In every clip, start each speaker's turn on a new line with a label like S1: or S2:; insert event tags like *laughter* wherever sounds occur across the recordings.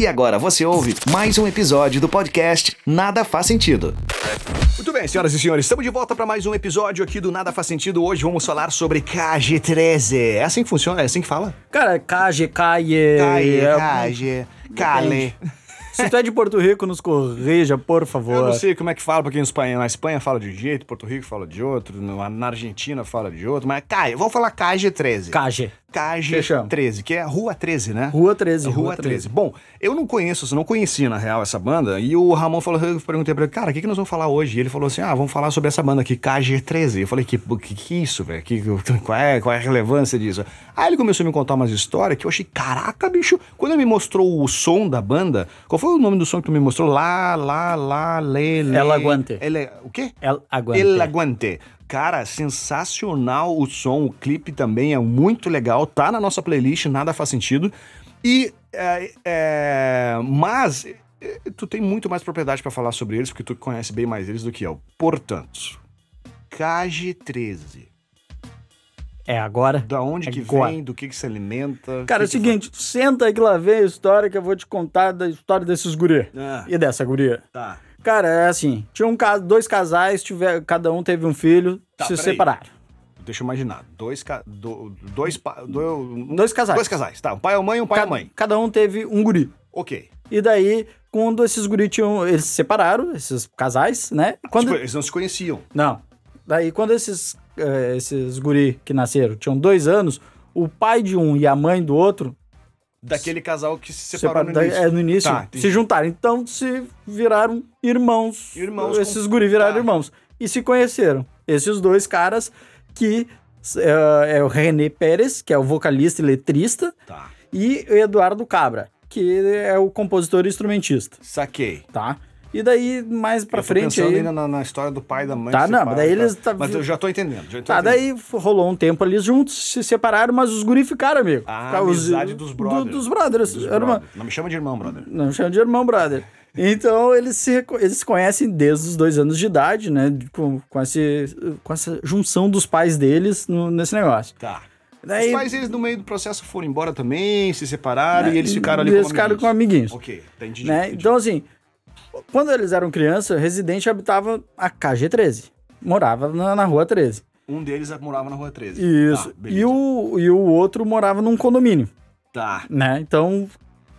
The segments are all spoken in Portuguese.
S1: E agora você ouve mais um episódio do podcast Nada Faz Sentido.
S2: Muito bem, senhoras e senhores, estamos de volta para mais um episódio aqui do Nada Faz Sentido. Hoje vamos falar sobre KG13. É assim que funciona? É assim que fala?
S3: Cara, Kaje, Kaye.
S2: Caie, KG, Kale.
S3: Se tu é de Porto Rico, nos corrija, por
S2: Eu
S3: favor.
S2: não sei como é que fala, porque em Espanha, na Espanha fala de um jeito, Porto Rico fala de outro, na na Argentina fala de outro, mas Caie, vamos falar KG13.
S3: Kaje. Fechamos.
S2: KG13, que é Rua 13, né?
S3: Rua 13.
S2: Rua 13. Bom, eu não conheço, não conhecia na real essa banda. E o Ramon falou, eu perguntei pra ele, cara, o que, que nós vamos falar hoje? E ele falou assim: ah, vamos falar sobre essa banda aqui, KG13. Eu falei, que, que, que é isso, velho? Que, que- qual, é, qual é a relevância disso? Aí ele começou a me contar umas histórias que eu achei, caraca, bicho. Quando ele me mostrou o som da banda, qual foi o nome do som que tu me mostrou? Lá, lá, lá, lê, lê.
S3: El Aguante.
S2: Ele, o quê?
S3: El Aguante.
S2: El Aguante. Cara, sensacional o som, o clipe também é muito legal, tá na nossa playlist, nada faz sentido. E é, é, mas é, tu tem muito mais propriedade pra falar sobre eles, porque tu conhece bem mais eles do que eu. Portanto, Cage 13.
S3: É agora.
S2: Da onde que
S3: Agora.
S2: vem, do que que se alimenta?
S3: Cara, é o
S2: que que
S3: seguinte, tu senta aí que lá vem a história que eu vou te contar da história desses guri.
S2: faz? Ah,
S3: E dessa guria?
S2: tá.
S3: Cara, é assim, tinha um caso, dois casais, tiver, cada um teve um filho,
S2: Tá,
S3: se
S2: peraí.
S3: separaram.
S2: Deixa eu imaginar. Dois ca... do- dois, pa... do- um-
S3: Dois casais.
S2: Dois casais, tá. Um pai ou mãe, um pai
S3: Ca-
S2: ou mãe.
S3: Cada um teve um guri.
S2: OK.
S3: E daí, quando esses guri tinham, eles se separaram, esses casais, né? Quando
S2: Tipo, eles não se conheciam.
S3: Não. Daí, quando esses, eh, esses guri que nasceram tinham dois anos, o pai de um e a mãe do outro
S2: Daquele casal que se separou
S3: separa-
S2: no início.
S3: é, no início
S2: Tá, entendi.
S3: se juntaram. Então, se viraram irmãos.
S2: Irmãos
S3: Esses
S2: com-
S3: guri viraram
S2: tá.
S3: irmãos. E se conheceram. Esses dois caras que s- é, é o René Pérez, que é o vocalista e letrista,
S2: Tá.
S3: e o Eduardo Cabra, que é o compositor e instrumentista,
S2: Saquei.
S3: tá? E daí, mais pra
S2: Eu tô
S3: frente
S2: pensando
S3: aí...
S2: ainda na, na história do pai e da mãe.
S3: Tá,
S2: que
S3: não,
S2: separa,
S3: daí eles tá-
S2: Mas eu já tô entendendo. Já tô
S3: Tá,
S2: entendendo.
S3: daí f- rolou um tempo ali juntos, se separaram, mas os guri ficaram, amigo.
S2: Ah,
S3: Ficaram os-
S2: amizade dos brothers.
S3: dos brothers.
S2: Dos
S3: era uma-
S2: brother. Não me chama de irmão, brother.
S3: Não chama de irmão, brother. Então, eles se, reco- eles se conhecem desde os dois anos de idade, né? Com, com, esse, com essa junção dos pais deles no- nesse negócio.
S2: Tá.
S3: Daí,
S2: Os pais, eles no meio do processo foram embora também, se separaram e eles ficaram ali
S3: Né, eles
S2: como
S3: ficaram com
S2: amiguinhos.
S3: amiguinhos.
S2: Ok, entendi.
S3: né?
S2: entendi.
S3: Então, assim, quando eles eram criança, o residente habitava a KG13. Morava na, na rua 13.
S2: Um deles morava na rua 13.
S3: Isso.
S2: Tá, beleza.
S3: e, o, e o outro morava num condomínio.
S2: Tá.
S3: né? Então,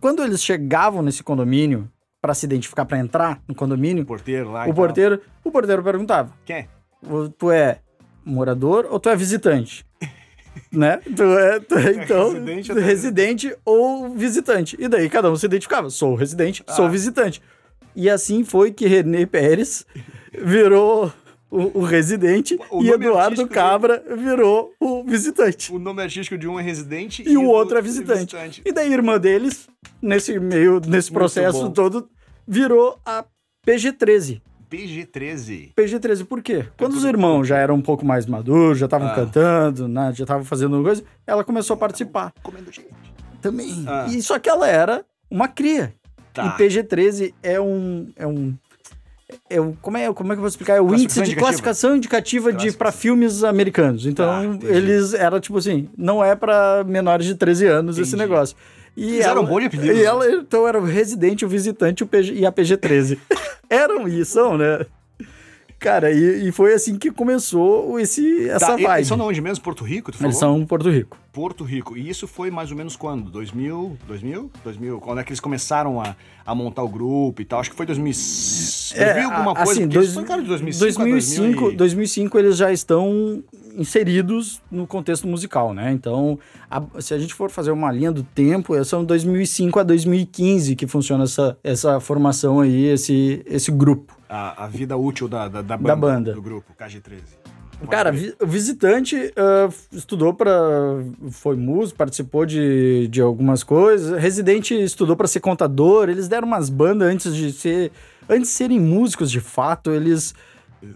S3: quando eles chegavam nesse condomínio para se identificar para entrar no
S2: O
S3: condomínio,
S2: porteiro lá. e
S3: o
S2: tal.
S3: porteiro, o porteiro perguntava:
S2: Quem é?
S3: "O- "Tu é morador ou tu
S2: *laughs*
S3: é visitante?" né? Tu é, tu é, então,
S2: residente
S3: residente,
S2: ou tu é
S3: ou visitante. E daí cada um se identificava: "Sou residente, sou
S2: Ah.
S3: visitante". E assim foi que René Pérez virou o, o residente
S2: O
S3: e
S2: nome
S3: Eduardo
S2: artístico dele-
S3: Cabra virou o visitante
S2: O nome artístico de um é residente
S3: e o
S2: do
S3: outro é visitante. E daí a irmã deles, nesse meio, nesse
S2: Muito
S3: processo
S2: bom.
S3: todo, virou a PG-13.
S2: PG-13.
S3: PG-13 por quê? Quando os irmãos já eram um pouco mais maduros, já estavam
S2: Ah.
S3: cantando, né, já estavam fazendo coisa, ela começou a participar
S2: Comendo gente.
S3: também.
S2: Tá Ah.
S3: E só que ela era uma cria.
S2: Tá.
S3: E PG-13 é um... É um é um, como, é, como é que eu vou explicar? É o
S2: Classificação
S3: índice de
S2: indicativa.
S3: classificação indicativa de para
S2: Classificação.
S3: filmes americanos.
S2: Ah,
S3: Então,
S2: entendi.
S3: eles era tipo assim, não é para menores de 13 anos esse
S2: Entendi.
S3: negócio. E
S2: Eles eram bons de apelidos, né?
S3: E ela, então, era o residente, o visitante o PG, e
S2: *laughs*
S3: a PG-13. eram e são, né? Cara, e, e foi assim que começou esse, essa
S2: Tá, e-
S3: vibe.
S2: Eles são de onde mesmo? Porto Rico, tu falou?
S3: Eles são Porto Rico.
S2: Porto Rico. E isso foi mais ou menos quando? 2000? 2000? 2000? Quando é que eles começaram a, a montar o grupo e tal? Acho que foi 2000, 2000 alguma coisa.
S3: assim,
S2: porque isso
S3: dois-
S2: foi, cara, de 2005 a
S3: 2005,
S2: 2000 e-
S3: 2005 eles já estão inseridos no contexto musical, né? Então, a- se a gente for fazer uma linha do tempo, é um são 2005 a 2015 que funciona essa, essa formação aí, esse, esse grupo.
S2: A, a vida útil da, da, da, banda,
S3: Da banda.
S2: Do grupo, KG13. Pode
S3: Cara,
S2: crer.
S3: vi- o visitante ah, estudou para foi músico, participou de, de algumas coisas. Residente estudou para ser contador. Eles deram umas bandas antes de ser antes de serem músicos de fato. Eles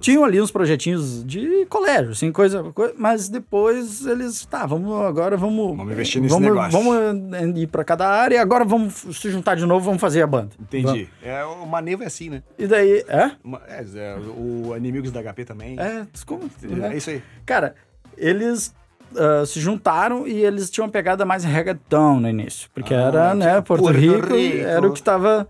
S3: tinham ali uns projetinhos de colégio, assim, coisa, coi- mas depois eles, tá, vamos agora vamos
S2: Vamos investir nesse
S3: vamos,
S2: negócio.
S3: vamos ir para cada área. e Agora vamos se juntar de novo, vamos fazer a banda. Vamos.
S2: Entendi. É, o Manevo é assim, né?
S3: E daí, é?
S2: Uma- É, é, o Inimigos da HP também.
S3: É, desculpa.
S2: É isso aí.
S3: Cara, eles ah, se juntaram e eles tinham uma pegada mais reggaeton no início. Porque era, né, Porto,
S2: Porto
S3: Rico,
S2: Ah, tipo Rico.
S3: era o que tava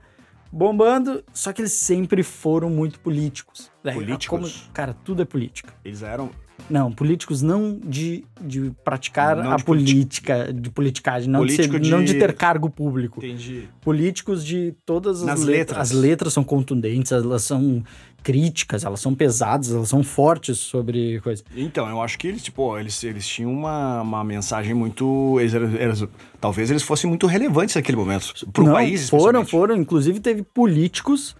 S3: bombando, só que eles sempre foram muito políticos. É,
S2: Políticos?
S3: como- cara, tudo é política.
S2: Eles eram.
S3: Não, políticos não de, de praticar
S2: Não
S3: a
S2: de
S3: política, de politicagem, não de, ser-
S2: Político de-
S3: não de ter cargo público
S2: Entendi.
S3: políticos de todas as
S2: Nas
S3: let-
S2: letras.
S3: As letras são contundentes, elas são críticas, elas são pesadas, elas são fortes sobre coisa.
S2: Então, eu acho que eles, tipo, eles, eles tinham uma, uma mensagem muito. Eles, eram- eles- talvez eles fossem muito relevantes naquele momento. Pro
S3: Não,
S2: país.
S3: foram,
S2: especialmente.
S3: foram. Inclusive teve políticos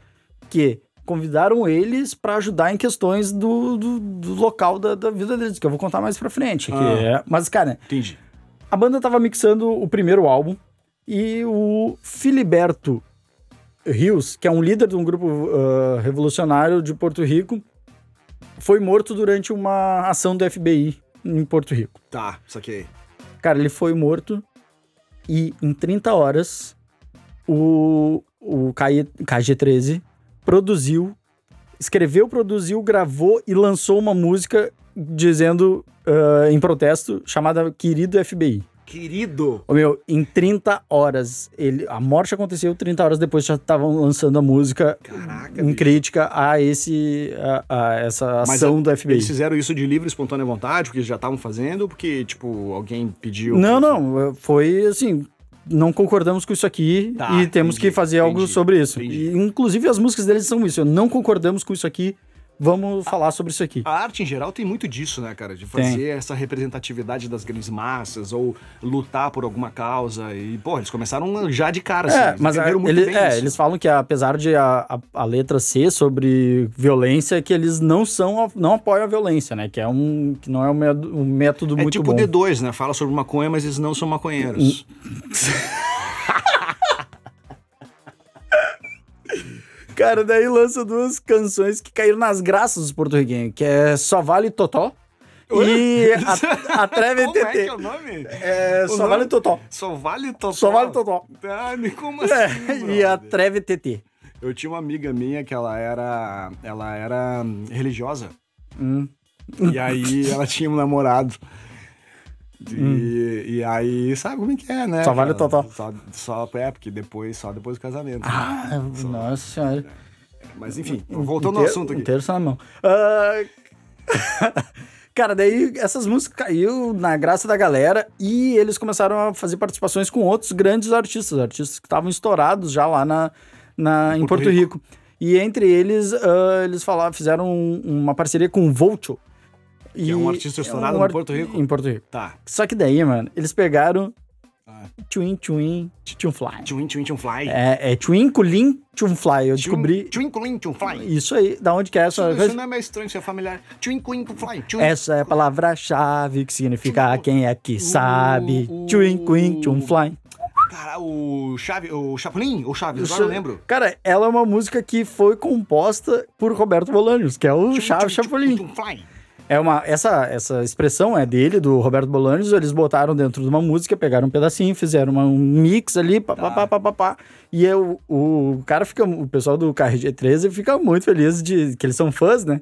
S3: que convidaram eles para ajudar em questões do, do, do local da, da vida deles, que eu vou contar mais pra frente. que
S2: Ah.
S3: é- Mas, cara,
S2: Entendi.
S3: a banda tava mixando o primeiro álbum e o Filiberto Rios, que é um líder de um grupo ah, revolucionário de Porto Rico, foi morto durante uma ação do FBI em Porto Rico.
S2: Tá, saquei.
S3: Cara, ele foi morto e em 30 horas o, o KG13 produziu, escreveu, produziu, gravou e lançou uma música dizendo ah, em protesto chamada Querido FBI.
S2: Querido!
S3: Ô, meu, em 30 horas, ele, a morte aconteceu 30 horas depois já estavam lançando a música
S2: Caraca,
S3: em
S2: bicho.
S3: crítica a esse a, a essa
S2: Mas é,
S3: ação do FBI.
S2: Eles fizeram isso de livre, espontânea vontade, porque eles já estavam fazendo, ou porque, tipo, alguém pediu.
S3: Não, não, foi assim, não concordamos com isso aqui
S2: Tá,
S3: e temos
S2: entendi,
S3: que fazer algo
S2: entendi,
S3: sobre isso.
S2: entendi.
S3: E, inclusive as músicas deles são isso, não concordamos com isso aqui, vamos
S2: Ah.
S3: falar sobre isso aqui.
S2: A arte em geral tem muito disso, né, cara? De
S3: Tem.
S2: fazer essa representatividade das grandes massas, ou lutar por alguma causa. E, pô, eles começaram já de cara, assim.
S3: É, mas a-
S2: entenderam
S3: ele- é,
S2: isso.
S3: eles falam que apesar de a, a, a letra ser sobre violência, que eles não são, a- não apoiam a violência, né? Que é um, que não é um, medo- um método
S2: É
S3: muito
S2: tipo
S3: bom.
S2: D2, né? Fala sobre maconha, mas eles não são maconheiros.
S3: Cara, daí lança duas canções que caíram nas graças dos porto-riquenhos, que é Só Vale Totó
S2: *laughs*
S3: e a, a Treve
S2: Como é que é
S3: TT.
S2: o nome?
S3: É,
S2: O
S3: Só
S2: nome-
S3: Vale Totó.
S2: Só vale totó.
S3: Só Vale Totó.
S2: Ah, me- como assim,
S3: É, *laughs* e a
S2: brother?
S3: Treve TT.
S2: Eu tinha uma amiga minha que ela era, ela era hum, religiosa.
S3: Hum.
S2: E
S3: *laughs*
S2: aí ela tinha um namorado. E, e aí, sabe como é que é, né?
S3: Hum. Só vale o totó.
S2: Só, só é, porque depois, só depois do casamento.
S3: Ah, nossa senhora.
S2: Mas enfim, voltando ao
S3: Inteiro-
S2: assunto aqui.
S3: inteiro só na mão. Ah, *laughs* Cara, daí essas músicas caiu na graça da galera e eles começaram a fazer participações com outros grandes artistas, artistas que estavam estourados já lá na, na- em
S2: Porto
S3: Porto Rico. E entre eles, ah, eles falaram, fizeram um- uma parceria com o Voltio.
S2: Que é um artista estourado no
S3: ar-
S2: Porto Rico?
S3: Em Porto Rico.
S2: Tá.
S3: Só que daí, mano, eles pegaram
S2: Ah.
S3: Twin, Twin, Twin Fly.
S2: Twin, twin, twin, fly.
S3: É, é Twin, Culin, Twin Fly. Eu descobri...
S2: Twin, twin, twin, fly.
S3: Isso aí, da onde que é essa
S2: Isso,
S3: coisa?
S2: isso não é mais estranho, isso é familiar. Twin, twin, twin, fly. Twin.
S3: Essa é a palavra-chave que significa quem é que sabe.
S2: Tipo, o-
S3: Twin, queen, tchum, fly.
S2: Cara, o Chave, o Chapolin ou Chaves, agora eu lembro.
S3: Cara, ela é uma música que foi composta por Roberto Bolanhos, que é o Chave Chapolin.
S2: Twin, twin, fly.
S3: É uma, essa, essa expressão é dele, do Roberto Bolanhos. Eles botaram dentro de uma música, pegaram um pedacinho, fizeram uma- um mix ali, pá, pá, pá, pá, pá, pá. E é o- o cara fica, o pessoal do KRG13 fica muito feliz de que eles são fãs, né?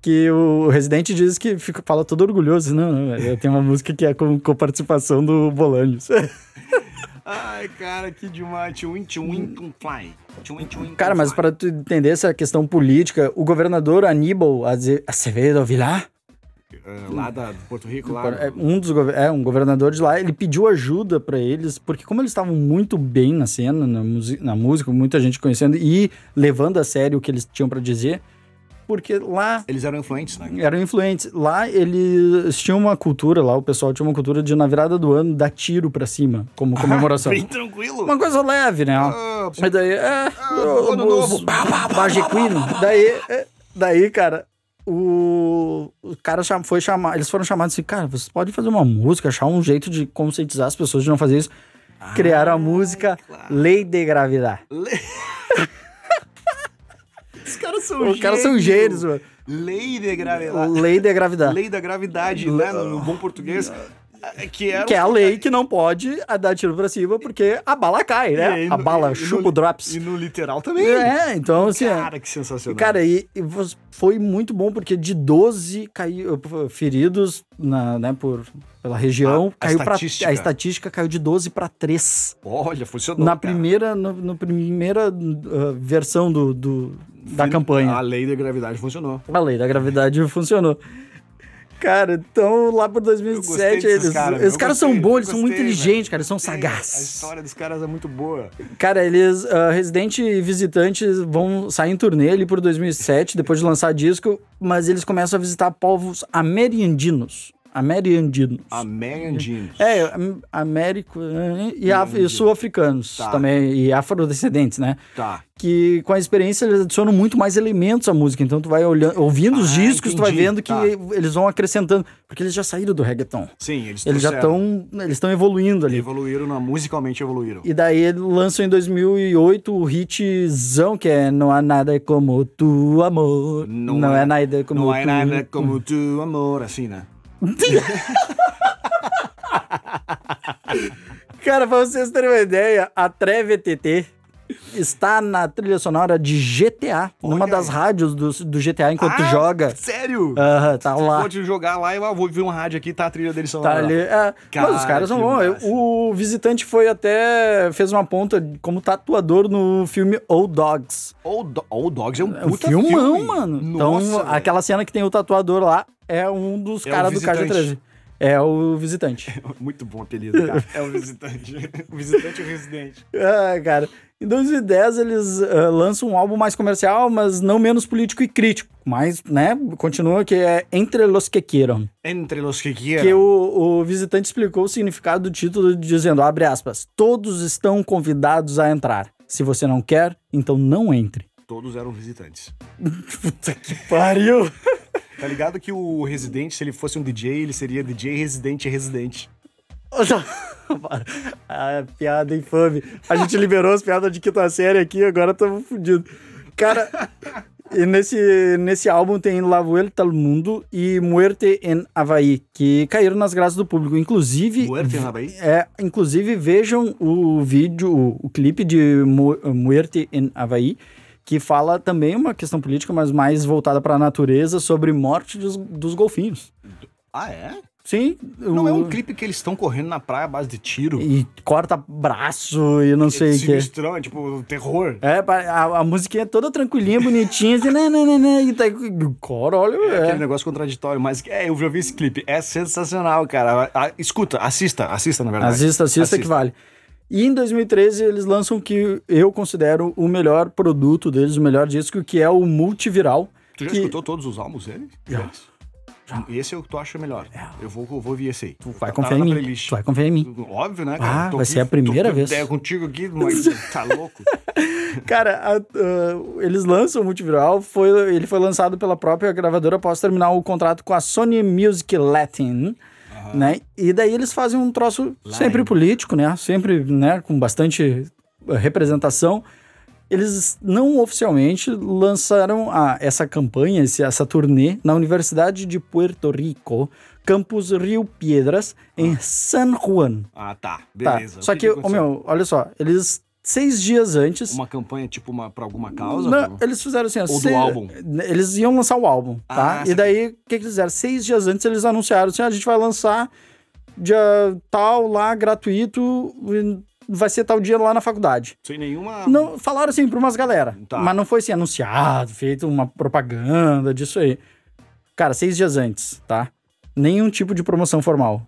S3: Que o residente diz que fica, fala todo orgulhoso. Não, não, eu tenho uma música que é com, com participação do Bolanhos.
S2: Ai, cara, que demais. Twin, twin, twin, fly. Twin, twin,
S3: Cara,
S2: twin,
S3: mas
S2: fly.
S3: para tu entender essa questão política, o governador Aníbal Aze- Acevedo Vilar,
S2: É, Lá da do Porto Rico, lá.
S3: é um dos gover- é um governador de lá, ele pediu ajuda para eles, porque como eles estavam muito bem na cena, na, musi- na música, muita gente conhecendo e levando a sério o que eles tinham para dizer, porque lá
S2: Eles eram influentes, né?
S3: eram influentes. Lá eles tinham uma cultura, lá o pessoal tinha uma cultura de na virada do ano dar tiro para cima como comemoração.
S2: Bem tranquilo.
S3: Uma coisa leve, né?
S2: Ah,
S3: Mas daí, é.
S2: Ah, ano
S3: os-
S2: novo.
S3: Bajequino. Daí, é, daí, cara, o, o cara cham- foi chamar. Eles foram chamados assim, cara, vocês podem fazer uma música, achar um jeito de conscientizar as pessoas de não fazer isso. Criaram a música
S2: Ah, claro.
S3: Lei de Gravidade.
S2: *laughs* Os caras são
S3: Os caras são gênios, mano.
S2: Um Lei de gravidade.
S3: Lei de Gravidade.
S2: Lei da gravidade, né? No no bom português. Que era
S3: Que é a lei que não pode ah, dar tiro pra cima porque a bala cai, né?
S2: E
S3: a
S2: no-
S3: bala
S2: e no-
S3: chupa o drops.
S2: E no literal também.
S3: É, então assim. é-
S2: Cara, que sensacional.
S3: Cara, e, e vos- foi muito bom, porque de 12 caiu, feridos na, né, por, pela região,
S2: A- a
S3: caiu pra-
S2: estatística.
S3: a estatística caiu de 12 para 3.
S2: olha, funcionou.
S3: Na
S2: cara.
S3: primeira, no, no primeira uh, versão do, do- da campanha.
S2: A lei da gravidade funcionou.
S3: A lei da gravidade funcionou. Cara, então lá por
S2: Eu gostei
S3: 2007
S2: desses
S3: eles.
S2: caras, meu.
S3: esses
S2: Eu
S3: caras
S2: gostei,
S3: são bons,
S2: eu
S3: eles são muito
S2: gostei, velho. É,
S3: inteligentes, cara, eles são
S2: A
S3: sagazes.
S2: história dos caras é muito boa.
S3: Cara, eles, ah, Resident e Visitantes vão sair em turnê ali por 2007, depois de lançar disco, mas eles começam a visitar povos amerindinos. Amerindinos.
S2: Ah, American Jeans.
S3: É, am- américo eh, e, af- e sul-africanos
S2: Tá.
S3: também, e afrodescendentes, né?
S2: Tá.
S3: Que com a experiência eles adicionam muito mais elementos à música. Então tu vai olhando, ouvindo os
S2: Ah,
S3: discos, tu vai
S2: entendi,
S3: vendo que
S2: tá.
S3: eles vão acrescentando. Porque eles já saíram do reggaeton.
S2: Sim, eles,
S3: Eles já
S2: trouxeram.
S3: estão. Eles estão evoluindo ali.
S2: Evoluíram, na- musicalmente evoluíram.
S3: E daí ele lançou em 2008 o hitzão, que é Não há nada como tu, amor. Não, é, nada como
S2: Não
S3: tu.
S2: é nada como tu, amor, assim, né?
S3: Cara, pra vocês terem uma ideia, a Treve TT está na trilha sonora de GTA, numa
S2: Olha
S3: das
S2: aí.
S3: rádios do, do GTA enquanto tu
S2: Ah,
S3: joga.
S2: Sério?
S3: Aham, tá lá.
S2: Pode jogar lá e eu ah, vou ouvir um rádio aqui, tá a trilha deles
S3: Tá ali. é.
S2: Cara,
S3: Mas os caras são
S2: que
S3: bons.
S2: massa.
S3: O visitante foi até. fez uma ponta como tatuador no filme Old Dogs.
S2: Old, Old Dogs é um
S3: É um
S2: puta
S3: filmão,
S2: filme.
S3: mano.
S2: Nossa,
S3: então,
S2: velho.
S3: aquela cena que tem o tatuador lá é um dos
S2: É o
S3: caras do Caixa
S2: visitante.
S3: 13. É o *laughs* visitante.
S2: *laughs* Muito bom apelido, cara. É o visitante. *laughs* o visitante e o residente.
S3: ah, cara. Em 2010, eles ah, lançam um álbum mais comercial, mas não menos político e crítico. Mas, né, continua que é Entre los que queiram.
S2: Entre los que
S3: Que
S2: quieran.
S3: o, o visitante explicou o significado do título dizendo, abre aspas, todos estão convidados a entrar. Se você não quer, então não entre. *laughs*
S2: Todos eram visitantes.
S3: Puta que pariu!
S2: Tá ligado que o residente, se ele fosse um DJ, ele seria DJ residente e residente.
S3: *laughs* ah, piada infame. A gente liberou as piadas de quinta série aqui, agora estamos fodidos. Cara, e nesse, nesse álbum tem La Vuelta al Mundo e Muerte en Havaí, que caíram nas graças do público. Inclusive.
S2: Muerte en Havaí?
S3: É, inclusive, vejam o vídeo, o, o clipe de Mu- Muerte en Havaí, que fala também uma questão política, mas mais voltada para a natureza, sobre morte dos, dos golfinhos.
S2: Ah, é?
S3: Sim.
S2: Não
S3: o-
S2: é um clipe que eles estão correndo na praia à base de tiro?
S3: e corta braço e não sei o que.
S2: Sinistrão, é tipo terror.
S3: É, pa- a, a musiquinha é toda tranquilinha, bonitinha, assim, né, né, né, né, e tá, coro, olha,
S2: É aquele
S3: é.
S2: negócio contraditório, mas é, eu já vi esse clipe. É sensacional, cara. A- a- escuta, assista, assista, na verdade.
S3: Assista, assista que vale. E em 2013 eles lançam o que eu considero o melhor produto deles, o melhor disco, que é o Multiviral.
S2: Tu já
S3: que...
S2: escutou todos os álbuns dele? Já. Esse é o que tu acha melhor. Eu vou, eu vou ouvir esse aí. Tu
S3: Vai confiar em mim, tu vai confiar em mim.
S2: Óbvio, né,
S3: Ah,
S2: cara?
S3: vai ser a primeira vez.
S2: É contigo aqui, mas
S3: *laughs*
S2: tá louco.
S3: Cara, a- a- eles lançam o Multiviral, foi, ele foi lançado pela própria gravadora após terminar o contrato com a Sony Music Latin, né? E daí eles fazem um troço sempre político, né? Sempre, né, com bastante eh, representação. Eles não oficialmente lançaram a- essa campanha, esse- essa turnê, na Universidade de Puerto Rico, campus Rio Piedras, em San Juan.
S2: Ah, tá.
S3: Tá.
S2: Ah. Beleza. O
S3: Só que, ô,
S2: aconteceu?
S3: meu, olha só, eles seis dias antes.
S2: Uma campanha, tipo, uma, pra alguma causa?
S3: Não, eles fizeram assim, ó,
S2: do
S3: sei- né,
S2: álbum?
S3: Eles iam lançar o álbum, tá?
S2: Ah,
S3: e
S2: saquei.
S3: daí, o que, que eles fizeram? Seis dias antes eles anunciaram assim: "Ah, a gente vai lançar dia tal lá, gratuito, e vai ser tal dia lá na faculdade.
S2: Sem nenhuma.
S3: Não, falaram assim pra umas galera,
S2: Tá.
S3: mas não foi assim anunciado, feito uma propaganda disso aí. Cara, seis dias antes, tá? Nenhum tipo de promoção formal.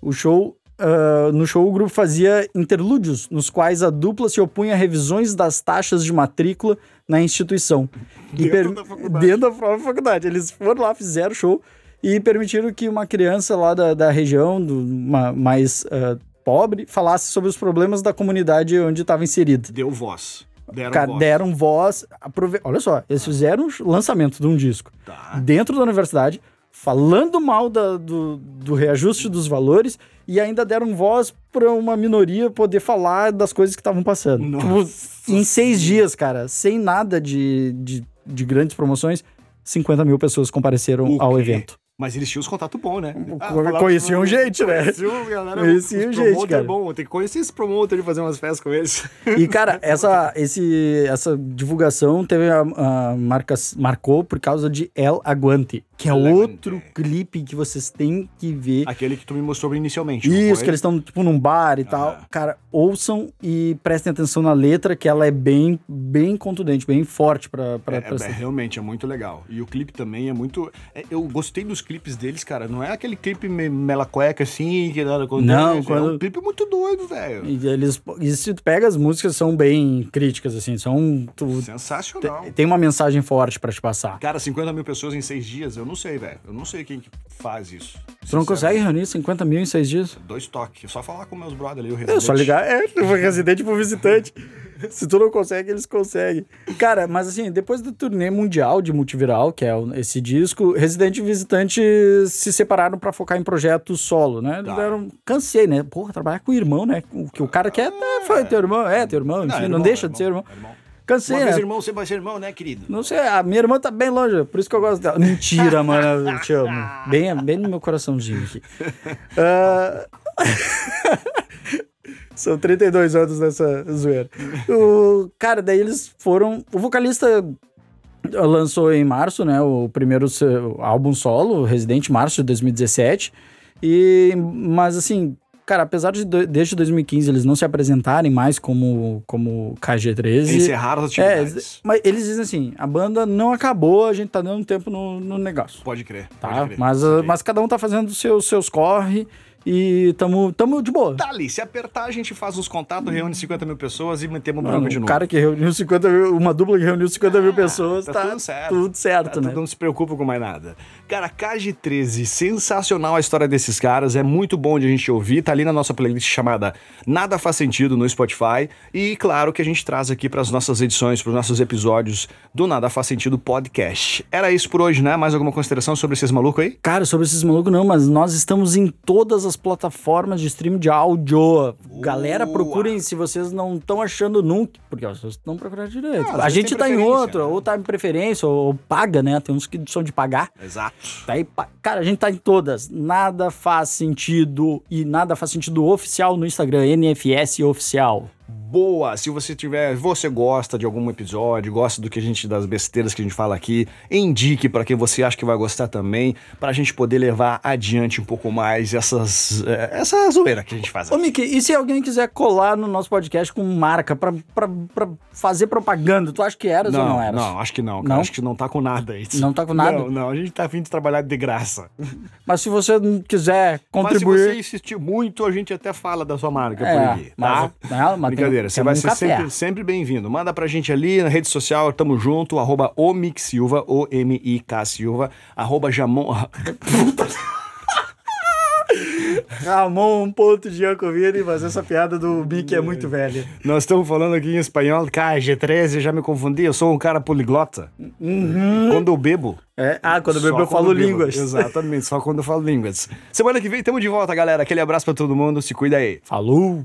S3: O show. ah, no show, o grupo fazia interlúdios, nos quais a dupla se opunha a revisões das taxas de matrícula na instituição. E
S2: Dentro
S3: per-
S2: da faculdade.
S3: Dentro da própria faculdade. Eles foram lá, fizeram o show e permitiram que uma criança lá da, da região, do, uma- mais ah, pobre, falasse sobre os problemas da comunidade onde estava inserida.
S2: Deu voz. Deram
S3: Cara,
S2: voz. Ah.
S3: deram voz. aprove- Olha só, eles fizeram o lançamento de um disco
S2: Tá.
S3: dentro da universidade, falando mal da- do, do reajuste dos valores e ainda deram voz para uma minoria poder falar das coisas que estavam passando.
S2: Nossa.
S3: Tipo, em seis dias, cara, sem nada de, de, de grandes promoções, 50 mil pessoas compareceram
S2: O
S3: ao
S2: quê?
S3: evento.
S2: Mas eles tinham os contatos bons, né?
S3: Co- conheciam gente, né?
S2: Conheciam, um galera.
S3: Conheciam
S2: os
S3: gente,
S2: promoter
S3: cara.
S2: bom. Tem que conhecer esse promotor e fazer umas festas com
S3: *laughs*
S2: eles.
S3: E, cara, essa, esse, essa divulgação teve a, a marca, marcou por causa de El Aguante, que é
S2: El Aguante.
S3: outro clipe que vocês têm que ver.
S2: Aquele que tu me mostrou inicialmente. não
S3: Isso,
S2: foi?
S3: que eles estão, tipo, num bar e tal.
S2: Aham.
S3: Cara, ouçam e prestem atenção na letra, que ela é bem, bem contundente, bem forte pra... pra,
S2: É,
S3: pra
S2: é, realmente, é muito legal. E o clipe também é muito. é, eu gostei dos clipes deles, cara. Não é aquele clipe me- mela cueca assim, que nada acontece.
S3: Não,
S2: É
S3: quando-
S2: um clipe muito doido, velho.
S3: E eles... E se tu pega, as músicas são bem críticas, assim, são... tu-
S2: Sensacional.
S3: tem uma mensagem forte pra te passar.
S2: Cara, 50 mil pessoas em seis dias, eu não sei, velho. Eu não sei quem que faz isso. é
S3: Tu não
S2: Sinceramente.
S3: consegue reunir 50 mil em seis dias?
S2: Dois toques. É só falar com meus brother ali, o
S3: É
S2: residente.
S3: só ligar, é, pro residente pro visitante. Se tu não consegue, eles conseguem. Cara, mas assim, depois do turnê mundial de multiviral, que é o- esse disco, residente e visitante se separaram pra focar em projetos solo, né? Eles
S2: Tá.
S3: deram. Cansei, né? Porra, trabalhar com o irmão, né? O que o cara quer é, foi teu irmão, é teu irmão, enfim, não,
S2: irmão,
S3: deixa de ser irmão.
S2: irmão, é irmão.
S3: Cansei,
S2: Uma
S3: né?
S2: vez irmão, você vai ser irmão, né, querido?
S3: Não sei, a minha irmã tá bem longe, por isso que eu gosto dela. Mentira, mano, eu te amo. Bem, bem no meu coraçãozinho aqui. Ah, *laughs* São 32 anos nessa zoeira. O, cara, daí eles foram. O vocalista lançou em março, né? O primeiro seu álbum solo, Resident, março de 2017. E, mas assim, cara, apesar de do- desde 2015 eles não se apresentarem mais como, como KG13.
S2: Encerraram as
S3: É,
S2: atividades.
S3: mas eles dizem assim: a banda não acabou, a gente tá dando tempo no, no negócio.
S2: Pode crer.
S3: Tá?
S2: pode crer.
S3: Mas, ah, mas cada um tá fazendo os seus, seus corre e tamo, tamo de boa.
S2: Tá ali, se apertar, a gente faz uns contatos, reúne 50 mil pessoas e mantemos o
S3: Mano,
S2: branco de
S3: o
S2: novo.
S3: cara que reuniu 50 mil, uma dupla que reuniu 50 mil pessoas, tá,
S2: tá tudo certo.
S3: tudo certo,
S2: Tá,
S3: né?
S2: Não se preocupa com mais nada. Cara, Cage 13, sensacional a história desses caras. É muito bom de a gente ouvir. Tá ali na nossa playlist chamada Nada Faz Sentido no Spotify. E claro que a gente traz aqui para as nossas edições, para os nossos episódios do Nada Faz Sentido podcast. Era isso por hoje, né? Mais alguma consideração sobre esses malucos aí?
S3: Cara, sobre esses malucos não, mas nós estamos em todas as plataformas de stream de áudio. Galera,
S2: Boa.
S3: procurem se vocês não estão achando nunca, porque ó, vocês não procuraram direito.
S2: Ah, às
S3: a
S2: vezes
S3: gente
S2: tem
S3: tá em
S2: preferência,
S3: outra,
S2: né?
S3: ou tá em preferência, ou, ou paga, né? Tem uns que são de pagar.
S2: Exato.
S3: Tá aí, pa- cara, a gente tá em todas. Nada faz sentido e nada faz sentido oficial no Instagram, NFS oficial.
S2: Boa! Se você tiver, você gosta de algum episódio, gosta do que a gente das besteiras que a gente fala aqui, indique para quem você acha que vai gostar também, para a gente poder levar adiante um pouco mais essas eh, essa zoeira que a gente faz.
S3: Ô,
S2: aqui.
S3: Mickey, e se alguém quiser colar no nosso podcast com marca pra, pra, pra fazer propaganda, tu acha que eras ou não eras?
S2: não, acho que não, cara.
S3: Não?
S2: Acho que não tá com nada isso.
S3: Não tá com nada?
S2: Não, não, a gente tá afim de trabalhar de graça.
S3: Mas se você não quiser
S2: Mas se
S3: contribuir.
S2: você insistir muito, a gente até fala da sua marca por
S3: É,
S2: aqui. Tá?
S3: mas- não, mas
S2: Brincadeira,
S3: tem-
S2: você
S3: tem
S2: vai
S3: um
S2: ser
S3: café.
S2: sempre, sempre bem-vindo. Manda pra gente ali na rede social, tamo junto, arroba Omic Silva, O-M-I-K Silva, arroba Jamon. *laughs*
S3: *laughs* Ramon, um ponto de Ancovini, mas essa piada do Mickey
S2: *laughs*
S3: é muito velha.
S2: Nós estamos falando aqui em espanhol, KG13, já me confundi, eu sou um cara poliglota. Quando eu bebo.
S3: É, ah, Uhum. quando
S2: Só
S3: bebeu, eu falo
S2: bebo.
S3: línguas.
S2: Exatamente, só quando eu falo línguas. Semana que vem tamo de volta, galera. Aquele abraço pra todo mundo, se cuida aí.
S3: Falou!